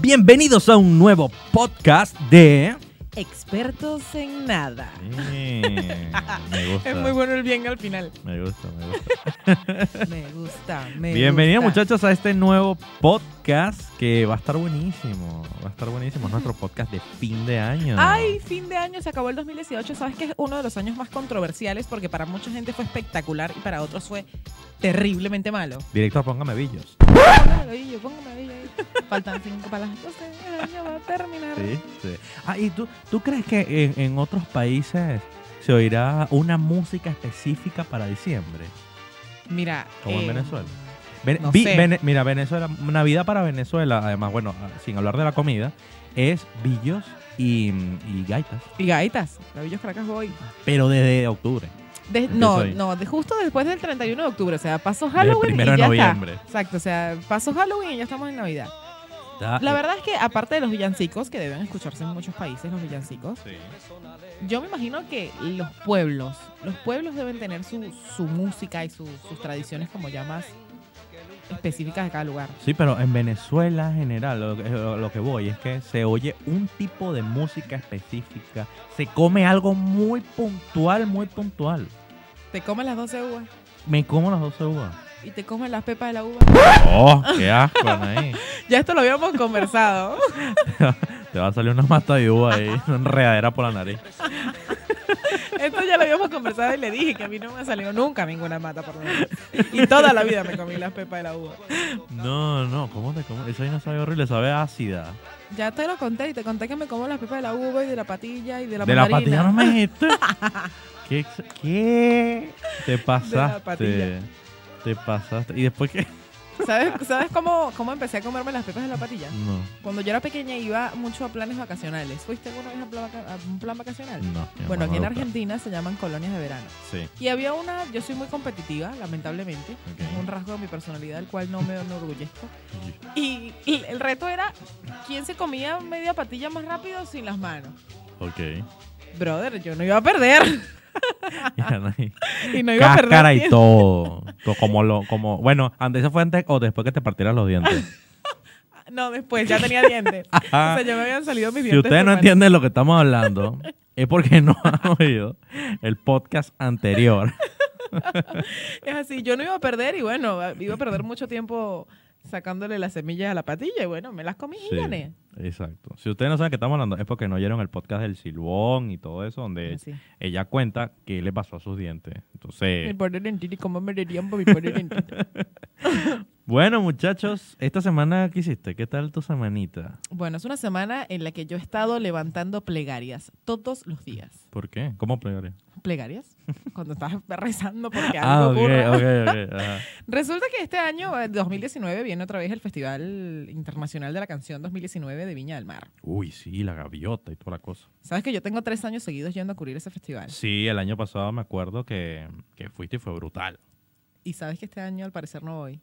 bienvenidos a un nuevo podcast de... Expertos en nada. Mm, me gusta. Es muy bueno el bien al final. Me gusta, me gusta. Me gusta, me Bienvenidos gusta. muchachos a este nuevo podcast que va a estar buenísimo. Va a estar buenísimo. Es nuestro podcast de fin de año. Ay, fin de año, se acabó el 2018. Sabes que es uno de los años más controversiales porque para mucha gente fue espectacular y para otros fue terriblemente malo. Director, póngame billos. Póngamelo ahí, yo, póngamelo ahí, ahí. Faltan cinco para las 12, el año va a terminar. Sí, sí. Ah, ¿y tú, tú crees que en, en otros países se oirá una música específica para diciembre? Mira. Como en eh, Venezuela. Vene- no vi- sé. Vene- mira, Venezuela, Navidad para Venezuela, además, bueno, ah, sin hablar de la comida, es billos y, y gaitas. Y gaitas, Maravillos Caracas voy. Pero desde octubre. De- Empieza no, ahí. no, de- justo después del 31 de octubre, o sea, pasó Desde el Halloween. primero Ah, y de ya está. noviembre. Exacto, o sea, pasó Halloween y ya estamos en Navidad. Está- La verdad es que aparte de los villancicos, que deben escucharse en muchos países los villancicos, Sí. yo me imagino que los pueblos, los pueblos deben tener su, su música y su- sus tradiciones como ya más específicas de cada lugar. Sí, pero en Venezuela en general, lo, que- lo- lo que voy es que se oye un tipo de música específica, se come algo muy puntual, muy puntual. Te comen las 12 uvas Me como las 12 uvas. y te comen las pepas de la uva. ¡Oh, qué asco, ahí. Ya esto lo habíamos conversado. Te va a salir una mata de uva ahí, una enredadera por la nariz. Esto ya lo habíamos conversado y le dije que a mí no me salió nunca ninguna mata por la nariz. Y toda la vida me comí las pepas de la uva. No, no, ¿cómo te como? Esa vaina sabe horrible, sabe ácida. Ya te lo conté y te conté que me como las pepas de la uva y de la patilla y de la de la mandarina. patilla no me dijiste. ¿Qué, ex- ¿Qué? Te pasaste. patilla. Te pasaste. ¿Y después qué? ¿Sabes, ¿sabes cómo, cómo empecé a comerme las pepas de la patilla? No, Cuando yo era pequeña iba mucho a planes vacacionales. ¿Fuiste alguna vez a, plan vaca- a un plan vacacional? no. mi Bueno, mamá aquí en me gusta. Argentina se llaman colonias de verano. Sí, Y había una, yo soy muy competitiva, lamentablemente. Ok. Es un rasgo de mi personalidad del cual no me enorgullezco. Y, y el reto era quién se comía media patilla más rápido sin las manos. ok. Brother, yo no iba a perder. Y no iba a perder. Cáscara y tiempo. todo. Co- Como lo, como, bueno, antes eso fue antes o después que te partieras los dientes. No, después ya tenía dientes. o Ajá. sea, ya me habían salido mis Si dientes. ustedes no permanentes. entienden lo que estamos hablando, es porque no han oído el podcast anterior. Es así, yo no iba a perder y bueno, iba a perder mucho tiempo sacándole las semillas a la patilla y bueno, me las comí y Sí, gané. Exacto. Si ustedes no saben de qué estamos hablando, es porque no oyeron el podcast del Silbón y todo eso, donde Así. ella cuenta qué le pasó a sus dientes. Mi Entonces, pobre dentito, ¿y cómo me dirían por mi pobre dentito? bueno, muchachos, esta semana, ¿qué hiciste? ¿Qué tal tu semanita? Bueno, es una semana en la que yo he estado levantando plegarias todos los días. ¿Por qué? ¿Cómo plegaré? ¿Plegarias? Cuando estás rezando porque Ah, algo ok, ocurra. ok, ok. ajá. Resulta que este año, eh, 2019, viene otra vez el Festival Internacional de la Canción 2019 de Viña del Mar. Uy, sí, la gaviota y toda la cosa. Sabes que yo tengo tres años seguidos yendo a cubrir ese festival. Sí, el año pasado me acuerdo que, que fuiste y fue brutal. Y sabes que este año al parecer no voy.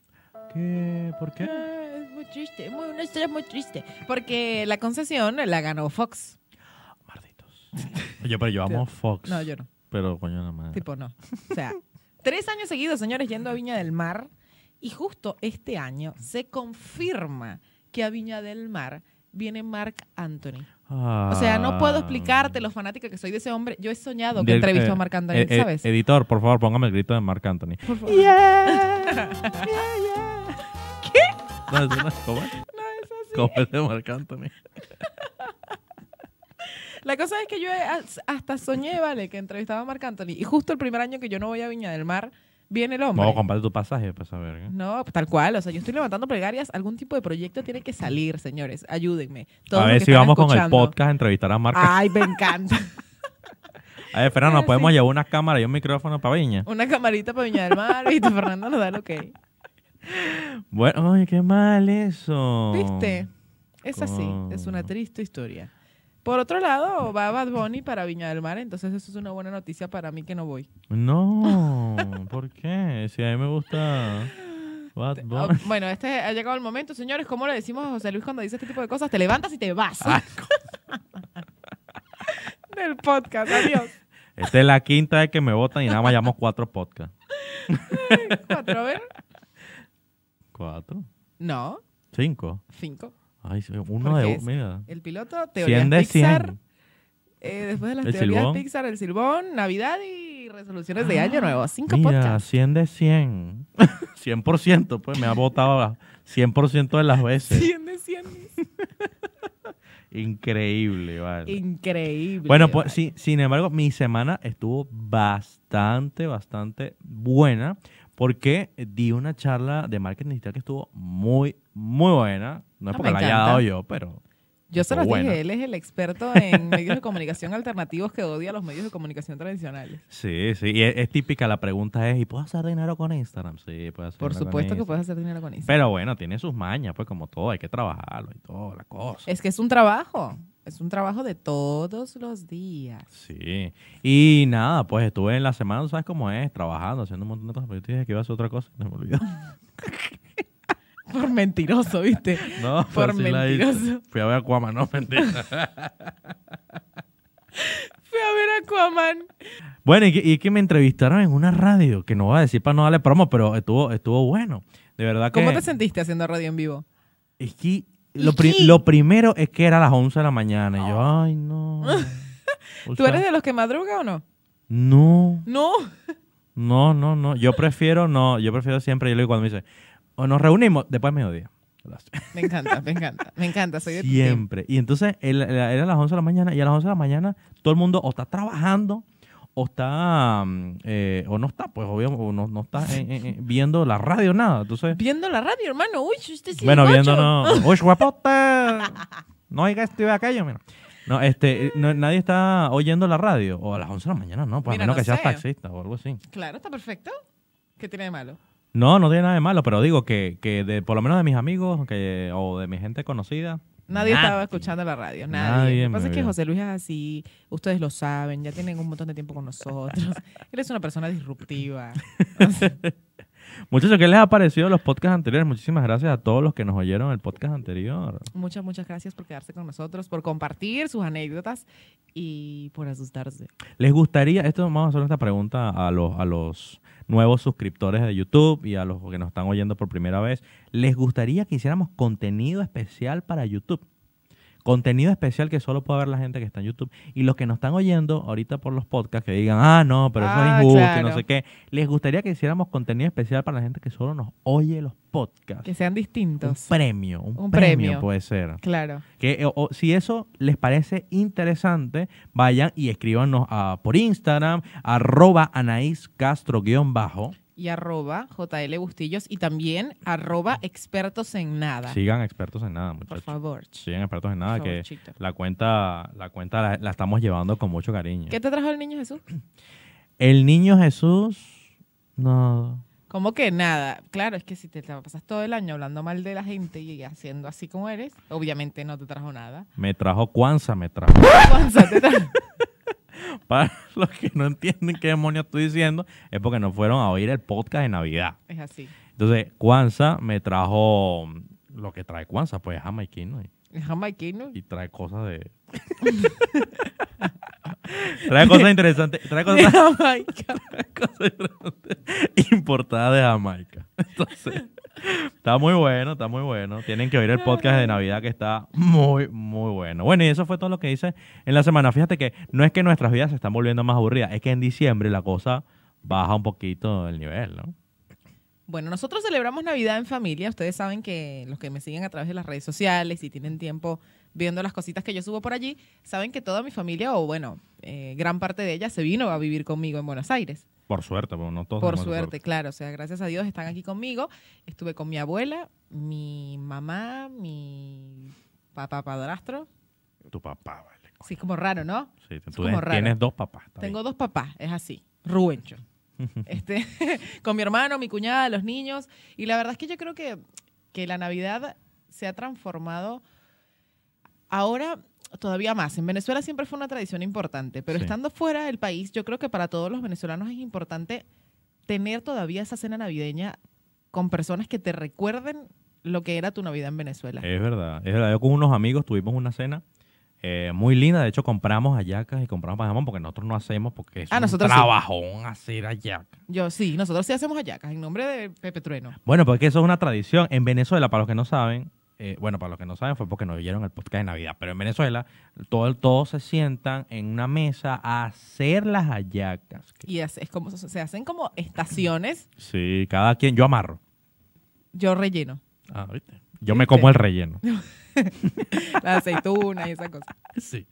¿Qué? ¿Por qué? Ah, Es muy triste, muy, una historia muy triste. Porque la concesión la ganó Fox. Malditos. Oye, pero yo amo Fox. No, yo no. Pero coño, la madre. Tipo, no. O sea, tres años seguidos, señores, yendo a Viña del Mar. Y justo este año se confirma que a Viña del Mar viene Marc Anthony. O sea, no puedo explicarte lo fanática que soy de ese hombre. Yo he soñado que Ah. Del- entrevisto eh, a Marc Anthony, Eh, eh, ¿sabes? editor, por favor, póngame el grito de Marc Anthony. Por favor. No, eso no es- ¿Cómo es? ¿Cómo es de Marc Anthony? La cosa es que yo he- hasta soñé, vale, que entrevistaba a Marc Anthony. Y justo el primer año que yo no voy a Viña del Mar, viene el hombre. Vamos a comprar tu pasaje para saber. ¿eh? No, tal cual. O sea, yo estoy levantando plegarias. Algún tipo de proyecto tiene que salir, señores. Ayúdenme. Todos A los ver que si están vamos con el escuchando. podcast a entrevistar a Marc. Ay, me encanta. A ver, Fernando, pero ¿nos podemos eh, sí. llevar una cámara y un micrófono para Viña? Una camarita para Viña del Mar. Viste, Fernando nos da lo que. Bueno, ay, qué mal eso. ¿Viste? Es así. Es una triste historia. Por otro lado, va Bad Bunny para Viña del Mar. Entonces, eso es una buena noticia para mí que no voy. No, ¿por qué? Si a mí me gusta Bad Ah, Bunny. bueno, este ha llegado el momento, señores. ¿Cómo le decimos a José Luis cuando dice este tipo de cosas? Te levantas y te vas Ah, del podcast. Adiós. Esta es la quinta vez que me votan y nada más llamo cuatro podcasts. Cuatro, a ver. ¿Cuatro? No, ¿Cinco? cinco. Ay, sí, uno de Porque es- mira. El piloto, teoría 100 de Pixar. 100. eh, después de las El teorías silbón. Pixar, el silbón, Navidad y resoluciones de Ah, año nuevo. Cinco Mira, podcasts. 100 de 100. 100%, pues me ha votado a 100% de las veces. 100 de 100. Increíble, vale. Increíble. Bueno, pues vale. sí, sin embargo, mi semana estuvo bastante, bastante buena porque di una charla de marketing digital que estuvo muy, muy buena. No es Ah, porque me la haya encanta. dado yo, pero Yo se los bueno. dije, él es el experto en medios de comunicación alternativos que odia los medios de comunicación tradicionales. sí, sí. Y es, es típica la pregunta es, ¿y puedo hacer dinero con Instagram? Sí, puedo hacer Por dinero con supuesto que Instagram. puedes hacer dinero con eso. Pero bueno, tiene sus mañas, pues como todo, hay que trabajarlo y toda la cosa. Es que es un trabajo. Es un trabajo de todos los días. Sí. Y nada, pues estuve en la semana, ¿sabes cómo es? Trabajando, haciendo un montón de cosas. Pero yo te dije que iba a hacer otra cosa y no me olvidó. Por mentiroso, ¿viste? No, Por pero sí la hice. mentiroso. Fui a ver a Cuama, no, mentira. Fui a ver a Aquaman. bueno, y que, y que me entrevistaron en una radio, que no voy a decir para no darle promo, pero estuvo, estuvo bueno. De verdad que... ¿Cómo te sentiste haciendo radio en vivo? Es que ¿Y lo, pri- qué? Oh. lo primero es que era a las 11 de la mañana. Y yo, ay, no. O ¿Tú sea, eres de los que madruga o no? No, No. no, no, no. Yo prefiero, no. Yo prefiero siempre, yo le digo cuando me dice, o nos reunimos después de mediodía. Gracias. Me encanta, me encanta, me encanta. Soy de tu team. Siempre. Y entonces el- el- era a las 11 de la mañana y a las 11 de la mañana todo el mundo o está trabajando o está mm, eh, o no está, pues obvio, o no, no está eh, eh, eh, viendo la radio nada. Entonces, Viendo la radio, hermano. Uy, usted sí bueno, es viendo gocho. no. ¡Uy, guapote! No oiga esto y vea aquello, mira. No, este, eh, no, nadie está oyendo la radio. O a las 11 de la mañana, no, pues Mira, a menos no que seas sé. taxista o algo así. Claro, está perfecto. ¿Qué tiene de malo? No, no tiene nada de malo, pero digo que, que de, por lo menos de mis amigos que, o de mi gente conocida. Nadie estaba nadie. escuchando la radio, nadie. Nadie lo que pasa me es que vio. José Luis es así, ustedes lo saben, ya tienen un montón de tiempo con nosotros. Él es una persona disruptiva. Muchachos, ¿qué les ha parecido los podcasts anteriores? Muchísimas gracias a todos los que nos oyeron el podcast anterior. Muchas, muchas gracias por quedarse con nosotros, por compartir sus anécdotas y por asustarse. ¿Les gustaría, esto vamos a hacer esta pregunta a los, a los nuevos suscriptores de YouTube y a los que nos están oyendo por primera vez, ¿les gustaría que hiciéramos contenido especial para YouTube? Contenido especial que solo puede ver la gente que está en YouTube. Y los que nos están oyendo ahorita por los podcasts que digan, ah, no, pero eso Ah, es injusto y claro. no sé qué. ¿Les gustaría que hiciéramos contenido especial para la gente que solo nos oye los podcasts? Que sean un distintos. premio, un, Un premio. premio puede ser. Claro. Que, eh, o- o si eso les parece interesante, vayan y escríbanos a- por Instagram, arroba Anaís Castro guión bajo. Y arroba JL Bustillos y también arroba expertos en nada. Sigan expertos en nada, Por muchachos. favor. Sigan expertos en nada, por que favorcito. la cuenta, la cuenta la, la estamos llevando con mucho cariño. ¿Qué te trajo el niño Jesús? El niño Jesús, no. Como que nada. Claro, es que si te la pasas todo el año hablando mal de la gente y haciendo así como eres, obviamente no te trajo nada. Me trajo Cuanza, me trajo. Gonza, te trajo- Para los que no entienden qué demonios estoy diciendo, es porque no fueron a oír el podcast de Navidad. es así. Entonces, Cuanza me trajo lo que trae Cuanza, pues es jamaiquino. y- Es jamaiquino. y trae cosas de. trae cosas interesantes, trae cosas, Jamaica. cosas interesantes importadas de Jamaica. Entonces, está muy bueno, está muy bueno. Tienen que oír el podcast de Navidad que está muy, muy bueno. Bueno, y eso fue todo lo que hice en la semana. Fíjate que no es que nuestras vidas se están volviendo más aburridas, es que en diciembre la cosa baja un poquito el nivel, ¿no? Bueno, nosotros celebramos Navidad en familia. Ustedes saben que los que me siguen a través de las redes sociales y tienen tiempo viendo las cositas que yo subo por allí, saben que toda mi familia, o bueno, eh, gran parte de ella, se vino a vivir conmigo en Buenos Aires. Por suerte, pero no todos. Por tenemos esa suerte, claro. O sea, gracias a Dios están aquí conmigo. Estuve con mi abuela, mi mamá, mi papá padrastro. Tu papá, vale. Sí, como raro, ¿no? Sí, tú como raro. tienes dos papás. está bien. Tengo dos papás, es así. Rubencho. Este, con mi hermano, mi cuñada, los niños. Y la verdad es que yo creo que, que la Navidad se ha transformado ahora todavía más. En Venezuela siempre fue una tradición importante, pero Sí. estando fuera del país, yo creo que para todos los venezolanos es importante tener todavía esa cena navideña con personas que te recuerden lo que era tu Navidad en Venezuela. Es verdad, es verdad. Yo con unos amigos tuvimos una cena eh, muy linda. De hecho, compramos hallacas y compramos pajamón porque nosotros no hacemos porque es Ah, un nosotros sí. trabajón hacer hallacas. Yo sí, nosotros sí hacemos hallacas en nombre de Pepe Trueno. Bueno, porque eso es una tradición. En Venezuela, para los que no saben, eh, bueno, para los que no saben, fue porque no oyeron el podcast de Navidad, pero en Venezuela todos todo se sientan en una mesa a hacer las hallacas. Y es, es como, se hacen como estaciones. Sí, cada quien, yo amarro. Yo relleno. Ah, ¿viste? Yo me como el relleno. la aceituna y esa cosa. Sí.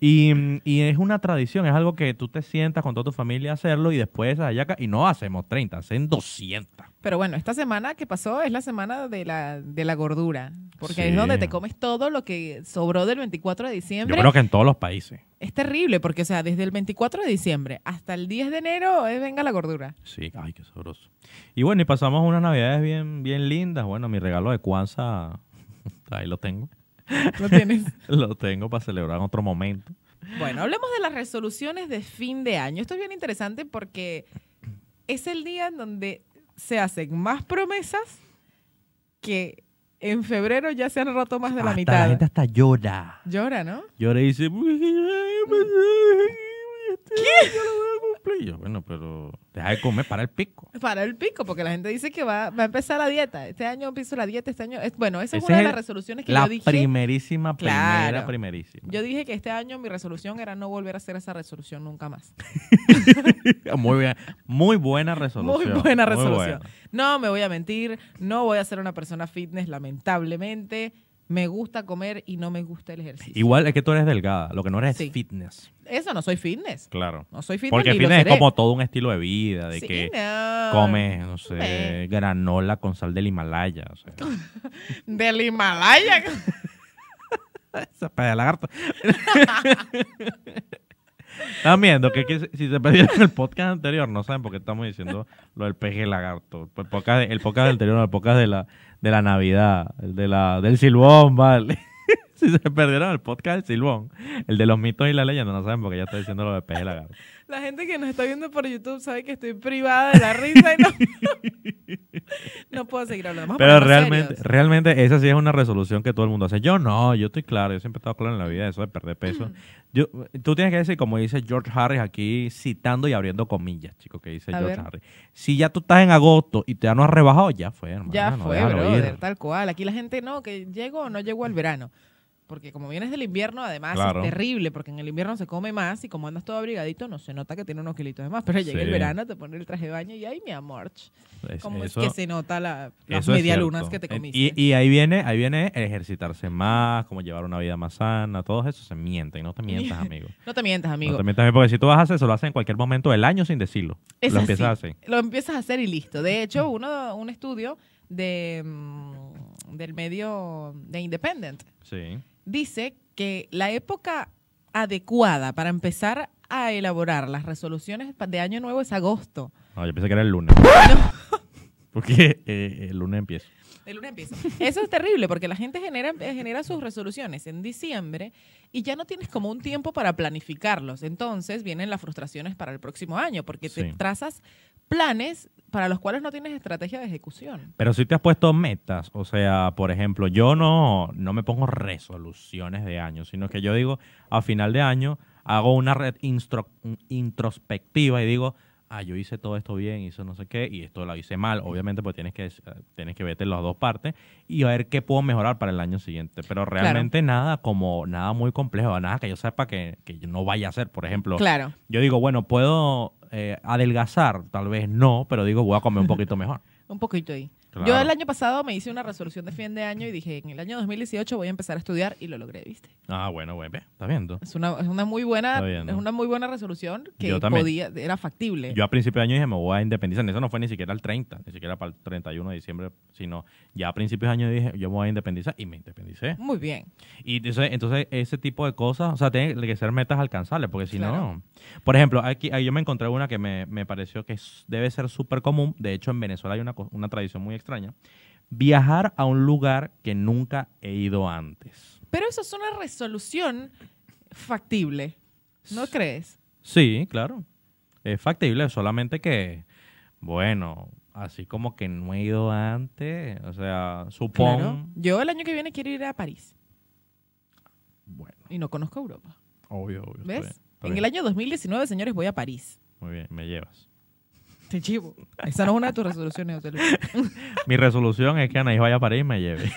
Y, mm, y, es una tradición, es algo que tú te sientas con toda tu familia a hacerlo y después allá acá, y no hacemos 30, hacen 200. Pero bueno, esta semana que pasó es la semana de la, de la gordura, porque sí. es donde te comes todo lo que sobró del 24 de diciembre. Yo creo que en todos los países. Es terrible, porque o sea, desde el 24 de diciembre hasta el 10 de enero es venga la gordura. Sí, ay, qué sabroso. Y bueno, y pasamos unas navidades bien, bien lindas. Bueno, mi regalo de Kwanzaa Ahí lo tengo. ¿Lo tienes? lo tengo para celebrar en otro momento. Bueno, hablemos de las resoluciones de fin de año. Esto es bien interesante porque es el día en donde se hacen más promesas que en febrero ya se han roto más Ah, de la hasta mitad. La gente hasta llora. Llora, ¿no? Llora y dice, ¿Qué? Yo, bueno, pero deja de comer para el pico. Para el pico, porque la gente dice que va, va a empezar la dieta. Este año empiezo la dieta, este año. Es, bueno, esa es Ese una es de las resoluciones que la yo dije. Primerísima, primera, claro. primerísima. Yo dije que este año mi resolución era no volver a hacer esa resolución nunca más. muy bien. Muy buena resolución. Muy buena resolución. Muy buena. No me voy a mentir, no voy a ser una persona fitness, lamentablemente me gusta comer y no me gusta el ejercicio. Igual es que tú eres delgada, lo que no eres sí. es fitness. Eso no soy fitness. Claro. No soy fitness. Porque ni fitness lo es como todo un estilo de vida, de sí, que no. comes, no sé, eh. granola con sal del Himalaya. O sea. del Himalaya. Esa de lagarto. Están viendo que, que, si se perdieron el podcast anterior, no saben por qué estamos diciendo lo del peje lagarto. El podcast, de, el podcast anterior, el podcast de la, de la Navidad, el de la, del silbón, vale. si se perdieron el podcast del silbón, el de los mitos y la leyenda, no saben por qué ya estoy diciendo lo del peje lagarto. La gente que nos está viendo por YouTube sabe que estoy privada de la risa y no, no puedo seguir hablando. Vamos Pero realmente, serios. realmente esa sí es una resolución que todo el mundo hace. Yo no, yo estoy claro, yo siempre he estado claro en la vida eso de perder peso. Mm. Yo, tú tienes que decir, como dice George Harris aquí, citando y abriendo comillas, chico, que dice A George ver. Harris. Si ya tú estás en agosto y te ya no has rebajado, ya fue, hermano. Ya no, fue, brother, ir. tal cual. Aquí la gente no, que llego o no llego al verano porque como vienes del invierno, además Claro. es terrible, porque en el invierno se come más y como andas todo abrigadito, no se nota que tiene unos kilitos de más. Pero llega Sí. el verano, te pones el traje de baño y ahí, mi amor, Es- como eso- es que se nota la, las Eso es medialunas cierto. que te Eh, comiste. Y, y ahí viene, ahí viene el ejercitarse más, como llevar una vida más sana, todo eso se mienten, no te mientas, amigo. no te mientas, No amigo. te mientas, porque si tú vas a hacer eso, lo haces en cualquier momento del año sin decirlo. Es lo así. empiezas así. Lo empiezas a hacer y listo. De Mm. hecho, uno, un estudio de, mm, del medio de Independent Sí. dice que la época adecuada para empezar a elaborar las resoluciones pa- de Año Nuevo es agosto. No, yo pensé que era el lunes. Porque eh, el lunes empieza. El lunes empieza. Eso es terrible porque la gente genera, genera sus resoluciones en diciembre y ya no tienes como un tiempo para planificarlos. Entonces vienen las frustraciones para el próximo año porque te Sí. trazas planes para los cuales no tienes estrategia de ejecución. Pero si te has puesto metas, o sea, por ejemplo, yo no, no me pongo resoluciones de año, sino que yo digo, a final de año hago una red instro- introspectiva y digo, ah, yo hice todo esto bien, hice no sé qué, y esto lo hice mal, obviamente, pues tienes que, tienes que verte las dos partes y a ver qué puedo mejorar para el año siguiente. Pero realmente nada como, nada muy complejo, nada que yo sepa que, que yo no vaya a hacer, por ejemplo. Claro. Yo digo, bueno, puedo eh, adelgazar, tal vez no, pero digo, voy a comer un poquito mejor. Un poquito ahí. Claro. Yo el año pasado me hice una resolución de fin de año y dije, en el año 2018 voy a empezar a estudiar y lo logré, ¿viste? Ah, bueno, güey, ve, ¿estás viendo? Es una, es una muy buena, Está bien, ¿no? es una muy buena resolución que Yo también. podía, era factible. Yo a principio de año dije, me voy a independizar. Eso no fue ni siquiera el 30, ni siquiera para el 31 de diciembre, sino ya a principios de año dije, yo me voy a independizar y me independicé. Muy bien. Y entonces, entonces ese tipo de cosas, o sea, tienen que ser metas alcanzables, porque si Claro. no... Por ejemplo, aquí, ahí yo me encontré una que me, me pareció que es- debe ser súper común. De hecho, en Venezuela hay una, co- una tradición muy extraña. Viajar a un lugar que nunca he ido antes. Pero eso es una resolución factible, ¿no crees? Sí, claro. Es factible, solamente que, bueno, así como que no he ido antes, o sea, supongo... Claro. Yo el año que viene quiero ir a París Bueno, y no conozco Europa. obvio, obvio. está ¿Ves? bien, está en bien. el año 2019, señores, voy a París. Muy bien, me llevas. Te chivo. Esa no es una de tus resoluciones, José Luis. Mi resolución es que Anaís vaya a París y me lleve.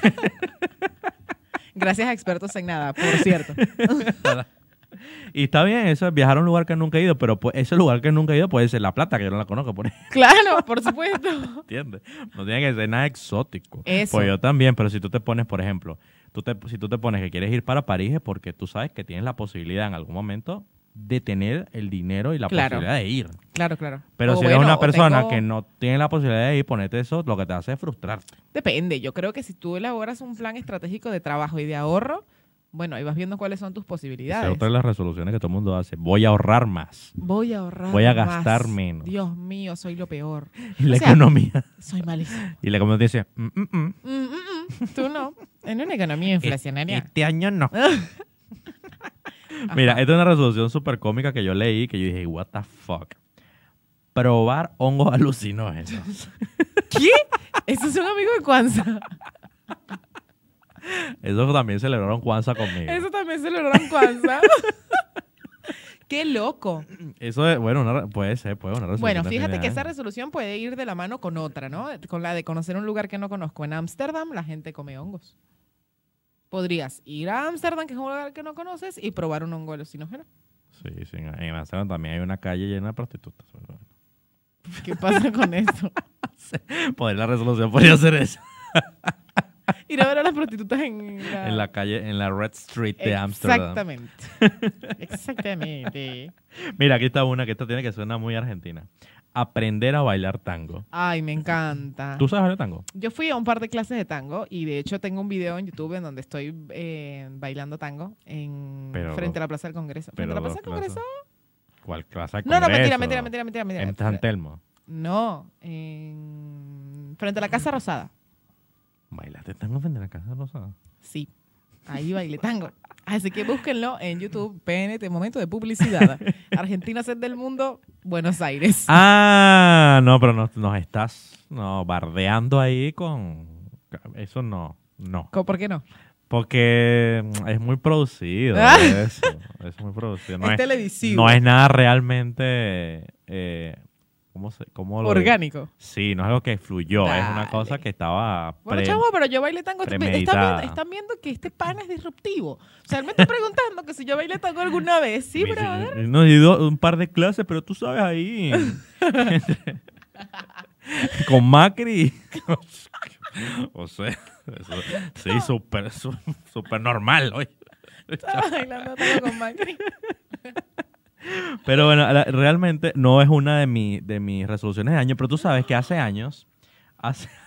Gracias a expertos en nada, por cierto. Y está bien, eso, viajar a un lugar que nunca he ido, pero pues, ese lugar que nunca he ido puede ser La Plata, que yo no la conozco, por ejemplo, Claro, por supuesto. ¿entiendes? No tiene que ser nada exótico. Eso. Pues yo también, pero si tú te pones, por ejemplo, tú te, si tú te pones que quieres ir para París es porque tú sabes que tienes la posibilidad en algún momento de tener el dinero y la Claro. posibilidad de ir. Claro, claro. Pero O si bueno, eres una o persona tengo- que no tiene la posibilidad de ir, ponerte eso, lo que te hace es frustrarte. Depende, yo creo que si tú elaboras un plan estratégico de trabajo y de ahorro, bueno, ahí vas viendo cuáles son tus Esa posibilidades. es otra de las resoluciones que todo el mundo hace. Voy a ahorrar más. Voy a ahorrar. Voy a más. gastar menos. Dios mío, soy lo peor. Y la O sea- economía. Soy malísimo. Y la economía te dice, "Mm, mm, mm, Mm, mm, mm. Tú no. En una Eh, economía inflacionaria. este año no. Ajá. Mira, esta es una resolución súper cómica que yo leí, que yo dije, what the fuck. Probar hongos alucinógenos. ¿Qué? Eso es un amigo de Kwanzaa. Eso también celebraron Juanza conmigo. Eso también celebraron Kwanzaa. Qué loco. Eso es, bueno, una re- puede ser, puede ser una resolución. Bueno, de fíjate fin que de esa año. resolución puede ir de la mano con otra, ¿no? Con la de conocer un lugar que no conozco. En Ámsterdam la gente come hongos. Podrías ir a Ámsterdam, que es un lugar que no conoces, y probar un hongo alucinógeno. Sí, sí. En en Amsterdam también hay una calle llena de prostitutas. ¿Qué pasa con eso? Poder la resolución podría ser esa. Ir a ver a las prostitutas en la, En la calle, en la Red Street de Amsterdam. Ah. Exactamente. Exactamente. Mira, aquí está una que esta tiene que suena muy argentina. Aprender a bailar tango. Ay, me encanta. ¿Tú sabes bailar tango? Yo fui a un par de clases de tango y de hecho tengo un video en YouTube en donde estoy eh, bailando tango en Pero- frente a la Plaza del Congreso. ¿Frente a la dos Plaza del clases. Congreso? ¿Cuál clase de No, no, mentira, congreso? mentira, mentira, mentira, En mentira. San Telmo. No, en- frente a la Casa Rosada. ¿Bailaste tango frente a la Casa Rosada? Sí, ahí bailé tango. Así que búsquenlo en YouTube, PNT, momento de publicidad. Argentina, sed del mundo, Buenos Aires. Ah, no, pero nos, nos estás no, bardeando ahí con... Eso no, no. Co- ¿Por qué no? Porque mm, es muy producido Ah. Este eso. Es muy producido. No es, es, televisivo, no es nada realmente... eh, ¿Cómo, se, cómo lo digo? orgánico. Sí, no es algo que fluyó, es una cosa Dale. que estaba... Bueno, pre- chavo, pero yo bailé tango. Están viendo, premeditada. están viendo que este pana es disruptivo. O sea, él me está preguntando que si yo bailé tango alguna vez. Sí, Me dice, "Eh, brother. No, he ido a un par de clases, pero tú sabes ahí. con Macri. o sea, eso, sí, súper su- súper normal hoy. Estaba bailando tango con Macri. Pero bueno, la- realmente no es una de, mi- de mis resoluciones de año, pero tú sabes que hace años, hace años,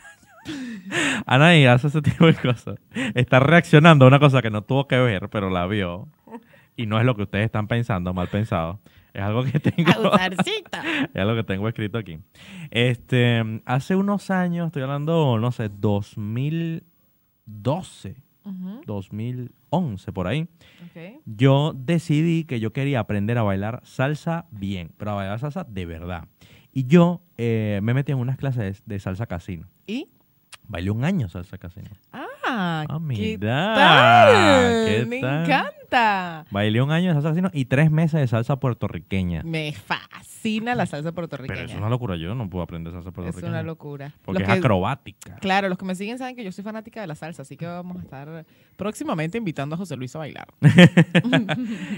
Anaí hace ese tipo de cosas. Está reaccionando a una cosa que no tuvo que ver, pero la vio. Y no es lo que ustedes están pensando, mal pensado. Es algo que tengo. Abusarcito. Ya lo que tengo escrito aquí. Este, hace unos años, estoy hablando, no sé, 2012, Ujú, 2011, por ahí, ok. yo decidí que yo quería aprender a bailar salsa bien, pero a bailar salsa de verdad. Y yo eh, me metí en unas clases de salsa casino. ¿Y? Bailé un año salsa casino. Ah, Ah, ¿qué mira, tal? ¿qué Me tal? encanta. Bailé un año de salsa casino y tres meses de salsa puertorriqueña. Me fascina la salsa puertorriqueña. Pero es una locura, yo no puedo aprender salsa Es puertorriqueña. una locura. Porque Los es que- acrobática. Claro, los que me siguen saben que yo soy fanática de la salsa, así que vamos a estar próximamente invitando a José Luis a bailar.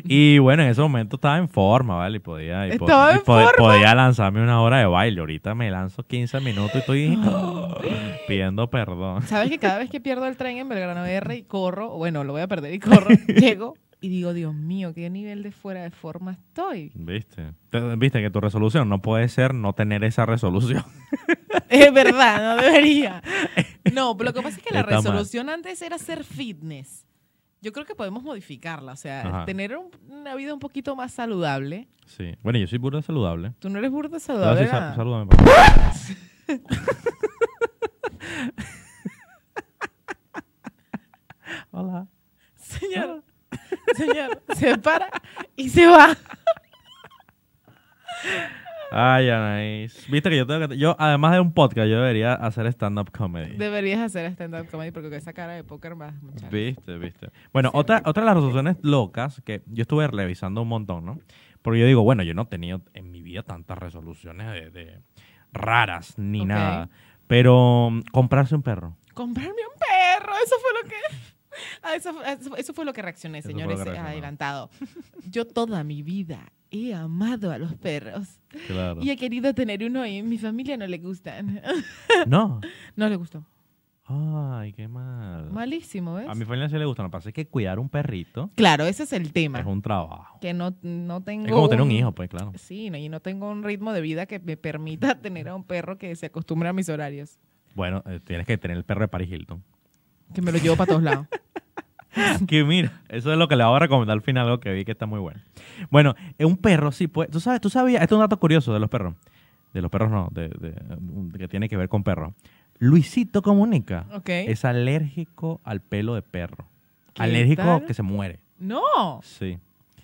Y bueno, en ese momento estaba en forma, ¿vale? Y podía, y po- y Estaba en po- forma. podía lanzarme una hora de baile. Ahorita me lanzo 15 minutos y estoy pidiendo perdón. Sabes que cada vez que pierdo el tren en Belgrano R y corro, o bueno, lo voy a perder y corro, llego y digo, Dios mío, qué nivel de fuera de forma estoy. ¿Viste? Te- Viste que tu resolución no puede ser no tener esa resolución. Es verdad, no debería. No, pero lo que pasa es que la Está mal. resolución antes era ser fitness. Yo creo que podemos modificarla, o sea, Ajá. tener un- una vida un poquito más saludable. Sí. Bueno, yo soy burda saludable. Tú no eres burda Ahora saludable. sí, sa- nada. salúdame, por favor. Hola. Señor, Ah. señor, se para y se va. Ay, Anaís. Viste que yo tengo que... Yo, además de un podcast, yo debería hacer stand-up comedy. Deberías hacer stand-up comedy porque con esa cara de póker más, muchacho. Viste, viste. Bueno, Sí, otra, otra de las resoluciones locas que yo estuve revisando un montón, ¿no? Porque yo digo, bueno, yo no he tenido en mi vida tantas resoluciones de, de, raras ni Ok. nada. Pero mm, comprarse un perro. Comprarme un perro, eso fue lo que... Ah, eso, fue- eso fue- eso fue lo que reaccioné, Eso fue señores, lo que reaccionó. adelantado. Yo toda mi vida he amado a los perros Claro. y he querido tener uno y mi familia no le gustan. No. No le gustó. Ay, qué mal. Malísimo, ¿ves? A mi familia sí le gusta. Lo que pasa es que cuidar un perrito Claro, ese es el tema. es un trabajo. Que no, no tengo... Es como tener un hijo, pues, claro. Sí, no, y no tengo un ritmo de vida que me permita tener a un perro que se acostumbre a mis horarios. Bueno, eh, tienes que tener el perro de Paris Hilton. Que me lo llevo para todos lados. Que mira, eso es lo que le voy a recomendar al final, algo que vi que está muy bueno. Bueno, eh, un perro sí pues Tú sabes, tú sabías, esto es un dato curioso de los perros. De los perros no, de, de- un- que tiene que ver con perros. Luisito Comunica Ok. es alérgico al pelo de perro. ¿Qué Alérgico tal? que se muere. ¡No! Sí.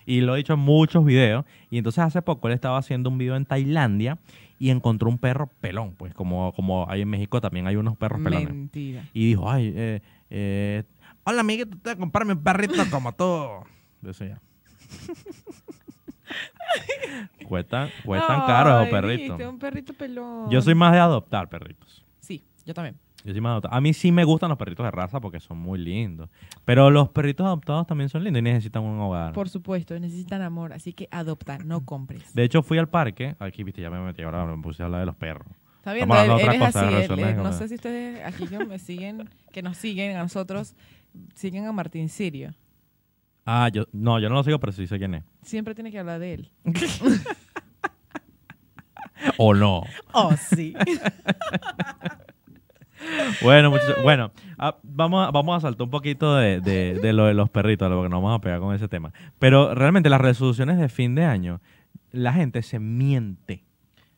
Y lo he dicho en muchos videos. Y entonces hace poco él estaba haciendo un video en Tailandia y encontró un perro pelón. Pues como, como hay en México también hay unos perros pelones Mentira. y dijo, ay, eh, eh, hola amiguito, te voy a comprarme un perrito como tú. Decía. cuestan cuestan caros Ay, los perritos. viste, un perrito pelón. Yo soy más de adoptar perritos. Sí, yo también. Yo soy más de adoptar. A mí sí me gustan los perritos de raza porque son muy lindos. Pero los perritos adoptados también son lindos y necesitan un hogar. Por supuesto, necesitan amor, así que adopta, no compres. De hecho, fui al parque. Aquí, viste, ya me metí ahora, me puse a hablar de los perros. Está bien, estamos él, hablando de él otra es cosa, pues. así. de él- relaciones él- no con- sé si ustedes aquí que me siguen, que nos siguen a nosotros, siguen a Martín Sirio. Ah, yo, no, yo no lo sigo, pero sí sé quién es. Siempre tiene que hablar de él. O no. Oh, sí. Bueno, muchachos, bueno, ah, vamos, a, vamos a saltar un poquito de, de- de lo de los perritos, porque nos vamos a pegar con ese tema. Pero realmente las resoluciones de fin de año, la gente se miente.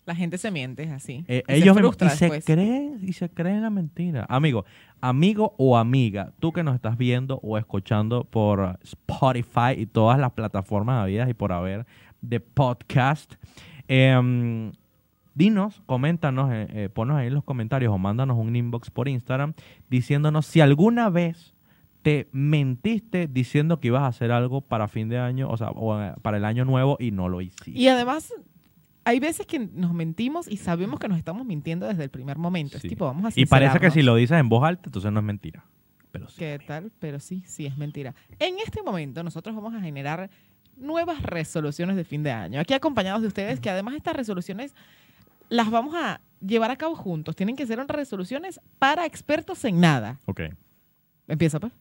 La gente se miente, es así. Eh, Y ellos se mismos- frustra y se después. creen y se creen la mentira. Amigo, amigo o amiga, tú que nos estás viendo o escuchando por Spotify y todas las plataformas habidas y por haber de podcast, em, dinos, coméntanos, eh, eh, ponos ahí en los comentarios o mándanos un inbox por Instagram diciéndonos si alguna vez te mentiste diciendo que ibas a hacer algo para fin de año, o sea, o, eh, para el año nuevo y no lo hiciste. Y además, hay veces que nos mentimos y sabemos que nos estamos mintiendo desde el primer momento. Sí. Es tipo, vamos a Y parece que sincerarnos. si lo dices en voz alta, entonces no es mentira. Pero sí. ¿Qué tal? Pero sí, sí, es mentira. En este momento nosotros vamos a generar nuevas resoluciones de fin de año. Aquí acompañados de ustedes, que además estas resoluciones las vamos a llevar a cabo juntos. Tienen que ser unas resoluciones para expertos en nada. Ok. Empieza, pues.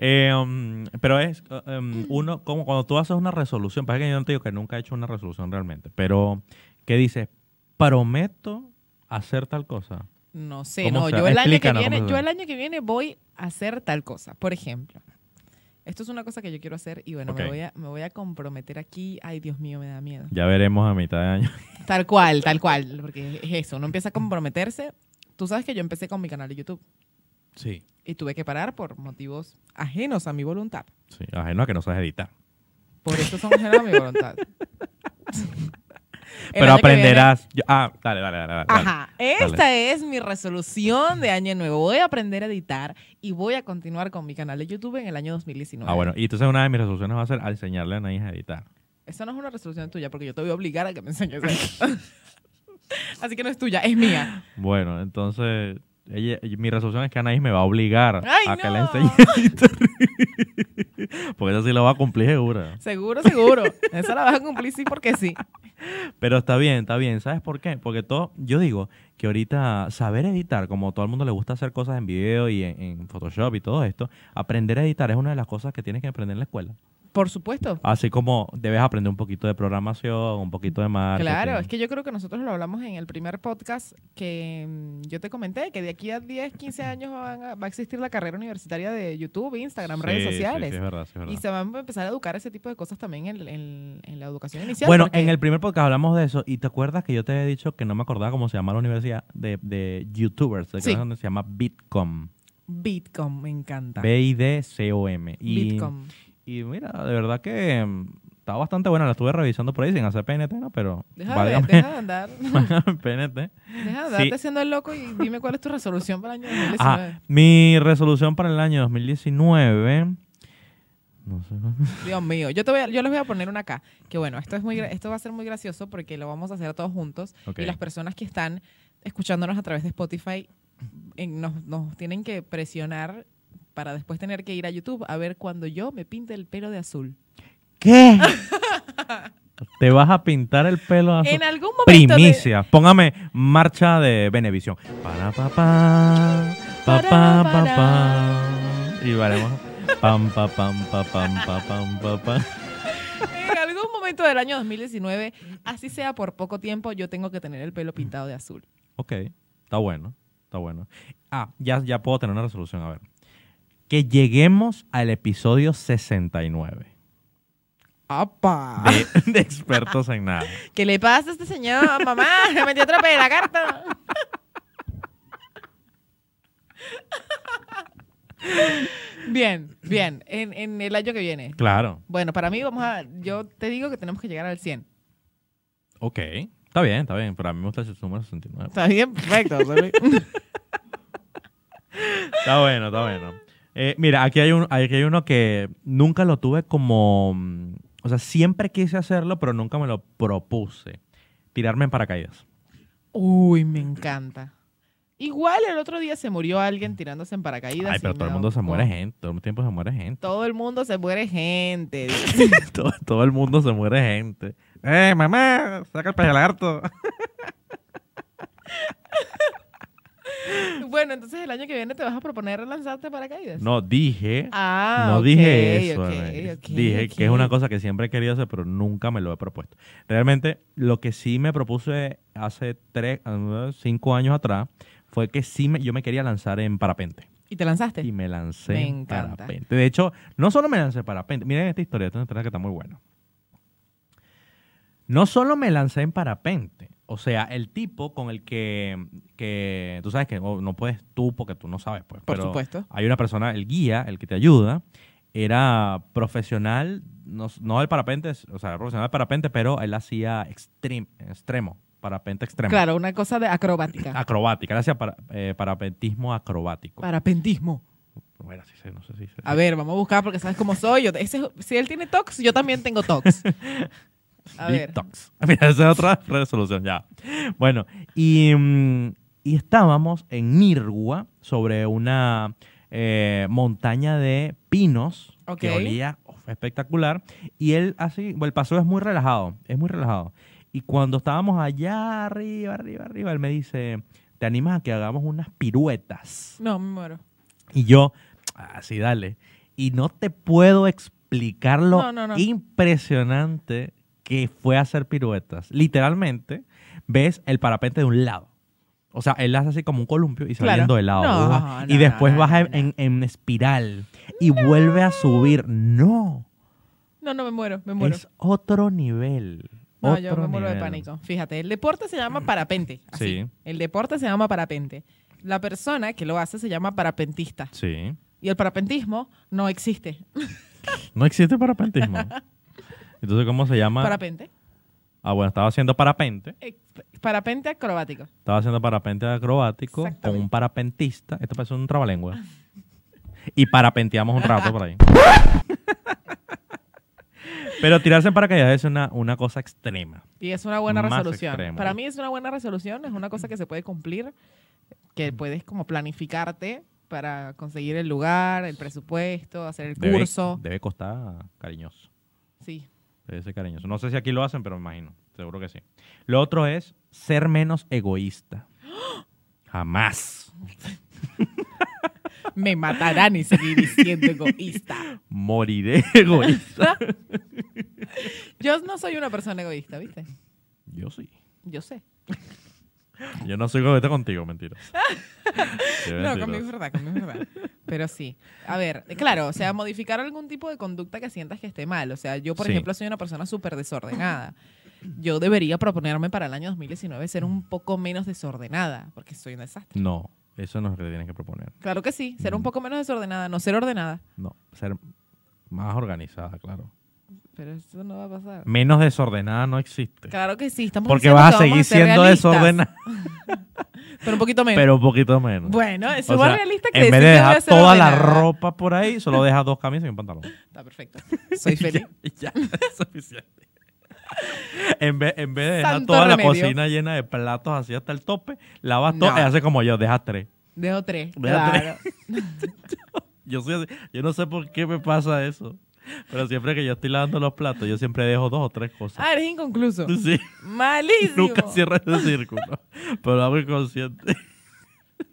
Eh, um, pero es, uh, um, uno, como cuando tú haces una resolución, parece que yo no te digo que nunca he hecho una resolución realmente, pero que dices, prometo hacer tal cosa. No sé, ¿Cómo no, será? yo el, año que Explícanos viene, cómo yo será. el año que viene voy a hacer tal cosa. Por ejemplo, esto es una cosa que yo quiero hacer y bueno, Ok. me, voy a, me voy a comprometer aquí. Ay, Dios mío, me da miedo. Ya veremos a mitad de año. Tal cual, tal cual, porque es eso, uno empieza a comprometerse. Tú sabes que yo empecé con mi canal de YouTube Sí. y tuve que parar por motivos ajenos a mi voluntad. Sí, ajeno a que no sabes editar. Por eso son ajenos a mi voluntad. El pero año que aprenderás. yo- ah, dale, dale, dale. dale, viene- dale. Ajá, esta es mi resolución de año nuevo. Voy a aprender a editar y voy a continuar con mi canal de YouTube en el año 2019. Ah, bueno. Y entonces una de mis resoluciones va a ser al enseñarle a Anaís a editar. Esa no es una resolución tuya porque yo te voy a obligar a que me enseñes eso. Así que no es tuya, es mía. Bueno, entonces ella- y mi resolución es que Anaís me va a obligar Ay, a que no. le enseñe a editar. Porque eso sí lo va a cumplir segura. Seguro, seguro. Esa la vas a cumplir sí porque sí. Pero está bien, está bien. ¿Sabes por qué? Porque todo, yo digo que ahorita saber editar, como todo el mundo le gusta hacer cosas en video y en, en Photoshop y todo esto, aprender a editar es una de las cosas que tienes que aprender en la escuela. Por supuesto. Así como debes aprender un poquito de programación, un poquito de marketing. Claro, es que yo creo que nosotros lo hablamos en el primer podcast que mm, yo te comenté que de aquí a 10, 15 años van a- va a existir la carrera universitaria de YouTube, Instagram, redes Sí, sí, sociales. sí, es verdad, sí, es verdad. Y se van a empezar a educar ese tipo de cosas también en, en- en la educación inicial. Bueno, porque- en el primer podcast hablamos de eso y te acuerdas que yo te he dicho que no me acordaba cómo se llama la universidad de, de youtubers, ¿te Sí. acuerdas dónde se llama Bitcom, Bitcom, me encanta. B-I-D-C-O-M. Y, Bitcom. y mira, de verdad que mm, está bastante buena, la estuve revisando por ahí sin hacer PNT, ¿no? Pero Deja de, válgame, deja de andar, válgame PNT. deja de Sí. andarte haciendo el loco y dime cuál es tu resolución para el año Ah, 2019. mi resolución para el año 2019, No sé. Dios mío, yo, te voy a- yo les voy a poner una acá. Que bueno, esto, es muy, gra- esto va a ser muy gracioso porque lo vamos a hacer todos juntos. Ok. Y las personas que están escuchándonos a través de Spotify en- nos, nos tienen que presionar para después tener que ir a YouTube a ver cuando yo me pinte el pelo de azul. ¿Qué? Te vas a pintar el pelo azul. En algún momento. de- Ah, Primicia. Póngame marcha de Benevisión. Para pa pa, pa pa pa pa. Y veremos. Pam pa pam pa pam pa pam pa pam. en algún momento del año 2019, así sea por poco tiempo, yo tengo que tener el pelo pintado de azul. Ok, está bueno, está bueno. Ah, ya, ya puedo tener una resolución, a ver. Que lleguemos al episodio 69 ¡Apa! de, de Expertos en Nada. ¿Qué le pasa a este señor? Mamá, me metió otra carta. Bien, bien. En, en el año que viene. Claro, Bueno, para mí vamos a... Yo te digo que tenemos que llegar al 100. ok. Está bien, está bien, pero a mí me gusta el número 69. Está bien, perfecto. Está bueno, está bueno. Eh, mira, aquí hay, un, aquí hay uno que nunca lo tuve como... mm, O sea, siempre quise hacerlo, pero nunca me lo propuse. Tirarme en paracaídas. Uy, me encanta. Igual el otro día se murió alguien tirándose en paracaídas. Ay, pero y todo el me mundo se ahogó. muere gente, todo el tiempo se muere gente. Todo el mundo se muere gente. todo, todo el mundo se muere gente. ¡Eh, mamá! ¡Saca el pez lagarto! bueno, entonces el año que viene te vas a proponer lanzarte paracaídas. No, dije. Ah, no ok, dije eso. ok, Amelis. ok, dije ok. que es una cosa que siempre he querido hacer, pero nunca me lo he propuesto. Realmente, lo que sí me propuse hace tres, eh, cinco años atrás fue que sí me, yo me quería lanzar en parapente. ¿Y te lanzaste? Y me lancé Me en encanta. parapente. De hecho, no solo me lancé en parapente. Miren esta historia, esta historia que está muy buena. No solo me lancé en parapente. O sea, el tipo con el que, que tú sabes que oh, no puedes tú porque tú no sabes. Pues, Por pero supuesto. Hay una persona, el guía, el que te ayuda, era profesional, no, no del parapente, o sea, era profesional del parapente, pero él hacía extreme, extremo, parapente extremo. Claro, una cosa de acrobática. Acrobática, él hacía para- eh, parapentismo acrobático. Parapentismo. Bueno, sí sé, no sé si sé. A ver, vamos a buscar porque sabes cómo soy. Yo, ese- si él tiene tox, yo también tengo tox. A ver. Detox. Mira, esa es otra resolución, ya. Bueno, y, mm, y estábamos en Nirgua sobre una eh, montaña de pinos que Ok. olía uf, espectacular. Y él así, bueno, el paseo es muy relajado, es muy relajado. Y cuando estábamos allá arriba, arriba, arriba, él me dice, ¿te animas a que hagamos unas piruetas? No, me muero. Y yo, así dale. Y no te puedo explicar lo No, no, no. impresionante que fue hacer piruetas. Literalmente, ves el parapente de un lado. O sea, él hace así como un columpio y Claro. saliendo de lado. No, baja. no, y después no, baja no, no. En, en espiral y vuelve a subir. No, No, no, me muero, me muero. es otro nivel. No, yo otro me muero de nivel. pánico. Fíjate, el deporte se llama parapente. así. Sí. El deporte se llama parapente. La persona que lo hace se llama parapentista. Sí. Y el parapentismo no existe. No existe parapentismo. Entonces, ¿cómo se llama? Parapente. ah, bueno, estaba haciendo parapente. eh, Parapente acrobático. Estaba haciendo parapente acrobático con Exactamente. Ah. un parapentista. Esto parece un trabalengua. Y parapenteamos un rato por ahí. Pero tirarse en paracaídas es una, una cosa extrema. Y es una buena Más resolución. extremo. Para mí es una buena resolución, es una cosa que se puede cumplir, que Mm. puedes como planificarte para conseguir el lugar, el presupuesto, hacer el Debe, curso. debe costar cariñoso. Sí. Debe ser cariñoso. No sé si aquí lo hacen, pero me imagino. Seguro que sí. Lo otro es ser menos egoísta. Jamás. Me matarán y seguir siendo egoísta. Moriré egoísta. Yo no soy una persona egoísta, ¿viste? Yo sí. Yo sé. Yo no soy egoísta contigo, mentira. No, conmigo es verdad, conmigo es verdad. Pero sí. A ver, claro, o sea, modificar algún tipo de conducta que sientas que esté mal. O sea, yo, por Sí. ejemplo, soy una persona súper desordenada. Yo debería proponerme para el año 2019 ser un poco menos desordenada, porque soy un desastre. No, eso no es lo que tienes que proponer. Claro que sí, ser un poco menos desordenada, no ser ordenada. No, ser más organizada, claro. Pero eso no va a pasar. Menos desordenada no existe. Claro que sí, estamos Porque diciendo vas a que seguir vamos ser siendo realistas. desordenada. pero un poquito menos. pero un poquito menos. bueno, es O más sea, realista que en vez decir de que dejar debe ser toda la ordenada. ropa por ahí, solo deja dos camisas y un pantalón. Está perfecto. Soy feliz. Y ya, y ya, es suficiente. En vez, en vez de dejar Santo toda la remedio. cocina llena de platos así hasta el tope, lavas No. todo y haces como yo, dejas tres. Dejo tres. Deja tres. claro. Yo soy así. Yo no sé por qué me pasa eso. Pero siempre que yo estoy lavando los platos, yo siempre dejo dos o tres cosas. Ah, eres inconcluso. Sí, Malísimo. nunca cierro ese círculo. Pero lo hago inconsciente.